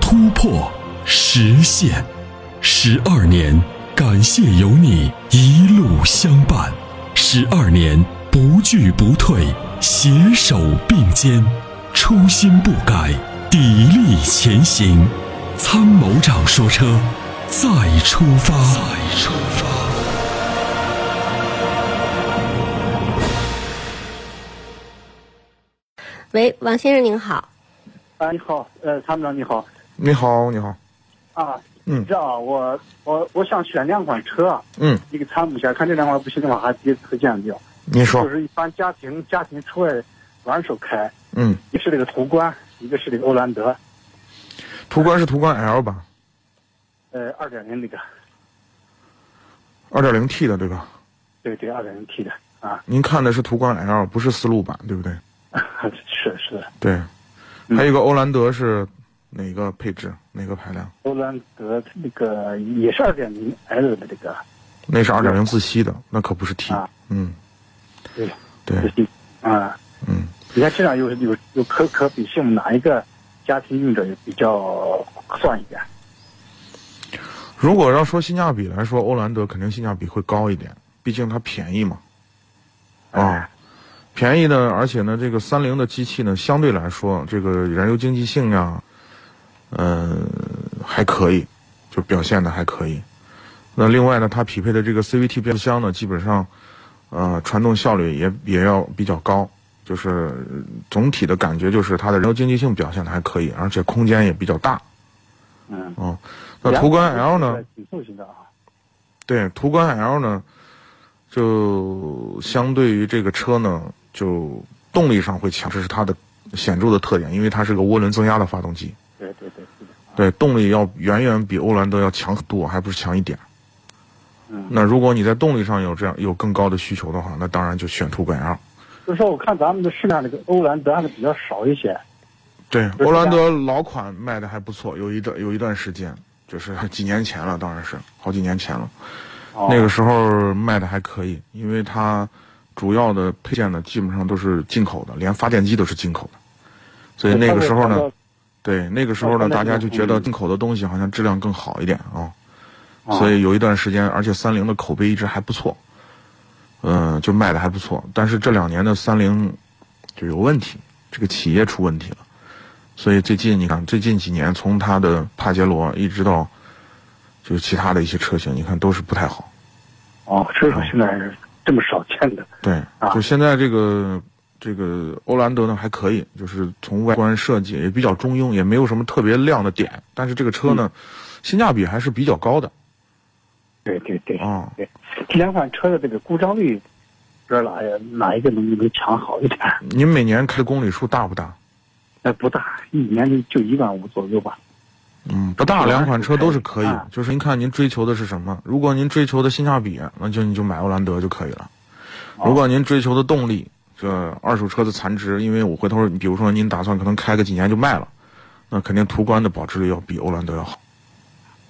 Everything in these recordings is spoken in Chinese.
突破、实现，十二年，感谢有你一路相伴，十二年不惧不退，携手并肩，初心不改，砥砺前行。参谋长说车，再出发。再出发。喂，王先生您好，啊，你好，呃，参谋长你好，你好，你好，啊，嗯你知道我我我想选两款车啊，嗯，你给参谋一下，看这两款不行的话，还别推荐掉。你说就，是一般家庭家庭出外玩手开，嗯，一是这个途观，一个是这个欧蓝德，途观是途观 L 吧，呃，二点零那个，二点零 T 的对吧？对对，二点零 T 的啊， 您看的是途观 L，不是思路版，对不对？是是的，对，嗯还有一个欧蓝德是哪个配置？哪个排量？欧蓝德那个也是二点零 L 的这个，那是二点零自吸的，那可不是 T 啊。嗯，对，对，就是啊，嗯，你看这样有有有可可比性，哪一个家庭用着比较划算一点？如果要说性价比来说，欧蓝德肯定性价比会高一点，毕竟它便宜嘛。啊，便宜呢，而且呢，这个三菱的机器呢，相对来说，这个燃油经济性呀，呃，还可以，就表现的还可以。那另外呢，它匹配的这个 CVT 变速箱呢，基本上，呃，传动效率也也要比较高，就是呃总体的感觉就是它的燃油经济性表现的还可以，而且空间也比较大。嗯，啊，那途观 L 呢？？紧凑型的啊，对，途观 L 呢，就相对于这个车呢，就动力上会强，这是它的显著的特点，因为它是个涡轮增压的发动机，对对对，是的，啊对，动力要远远比欧蓝德要强很多，还不是强一点。嗯，那如果你在动力上有这样有更高的需求的话，那当然就选途观 L。就是说我看咱们的市面那个欧蓝德还是比较少一些，对，是欧蓝德老款卖的还不错，有一段有一段时间，就是几年前了，当然是好几年前了。哦那个时候卖的还可以，因为它主要的配件呢，基本上都是进口的，连发电机都是进口的，所以那个时候哦呢，，对那个时候呢，那大那家就觉得进口的东西好像质量更好一点啊，哦所以有一段时间，而且三菱的口碑一直还不错，嗯、就卖的还不错。但是这两年的三菱就有问题，这个企业出问题了，所以最近你看，最近几年从它的帕杰罗一直到就是其他的一些车型，你看都是不太好。哦，车手现在是这么少见的，对啊，就现在这个这个欧蓝德呢还可以，就是从外观设计也比较中庸，也没有什么特别亮的点，但是这个车呢，性价比还是比较高的对对对，啊。对，这两款车的这个故障率，不知道哪哪一个能能强好一点？您每年开的公里数大不大？哎，不大，一年就一万五左右吧。嗯，不大，是两款车都是可以啊。就是您看您追求的是什么？如果您追求的性价比，那就你就买欧蓝德就可以了。哦如果您追求的动力，这二手车的残值，因为我回头比如说您打算可能开个几年就卖了，那肯定途观的保值率要比欧蓝德要好。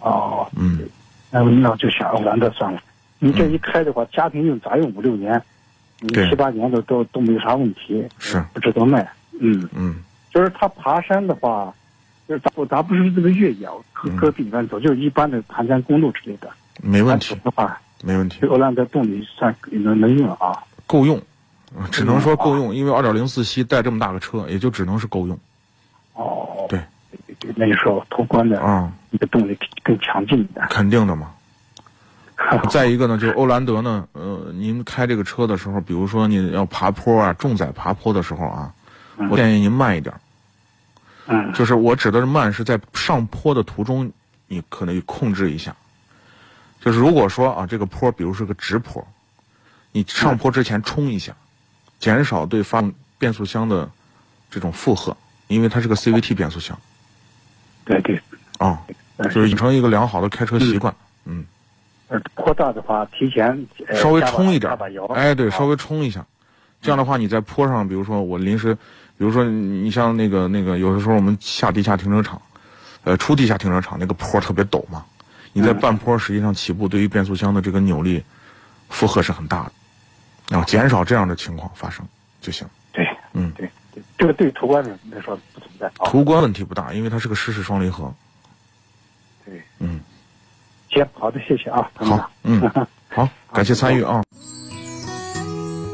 哦，嗯。那那我就选欧蓝德算了。你这一开的话，家庭用咱用五六年，你对七八年都都都没有啥问题，是不值得卖。嗯，嗯，就是他爬山的话，就是咱不咱不是这个越野，搁搁地里面走，就是一般的盘山公路之类的。没嗯问题咱走，的话，没问题这，欧蓝德动力算能能用啊。够用，呃只能说够用，因为二点零四吸带这么大个车，也就只能是够用哦，对对，对那你说途观的啊，一个动力更强劲一点。肯定的嘛。在再一个呢，就是欧蓝德呢，呃，您开这个车的时候，比如说你要爬坡啊，重载爬坡的时候啊，我建议您慢一点儿。 嗯就是我指的是慢，是在上坡的途中，你可能控制一下。就是如果说啊，这个坡，比如是个直坡，你上坡之前冲一下，减少对发动变速箱的这种负荷，因为它是个 CVT 变速箱对对，啊、呃就是养成一个良好的开车习惯。嗯，呃，扩大的话，提前、呃、稍微加把冲一点加把油，，哎，对，啊稍微冲一下。这样的话，你在坡上，比如说我临时，比如说你像那个那个，有的时候我们下地下停车场，呃，出地下停车场那个坡特别陡嘛，你在半坡实际上起步对于变速箱的这个扭力负荷是很大的，哦啊，减少这样的情况发生就行。对，嗯对对，这个对途观人来说不存在啊。途观问题不大，因为它是个湿式双离合。对，嗯，行，好的，谢谢啊，唐好长，嗯， 好，感谢参与啊。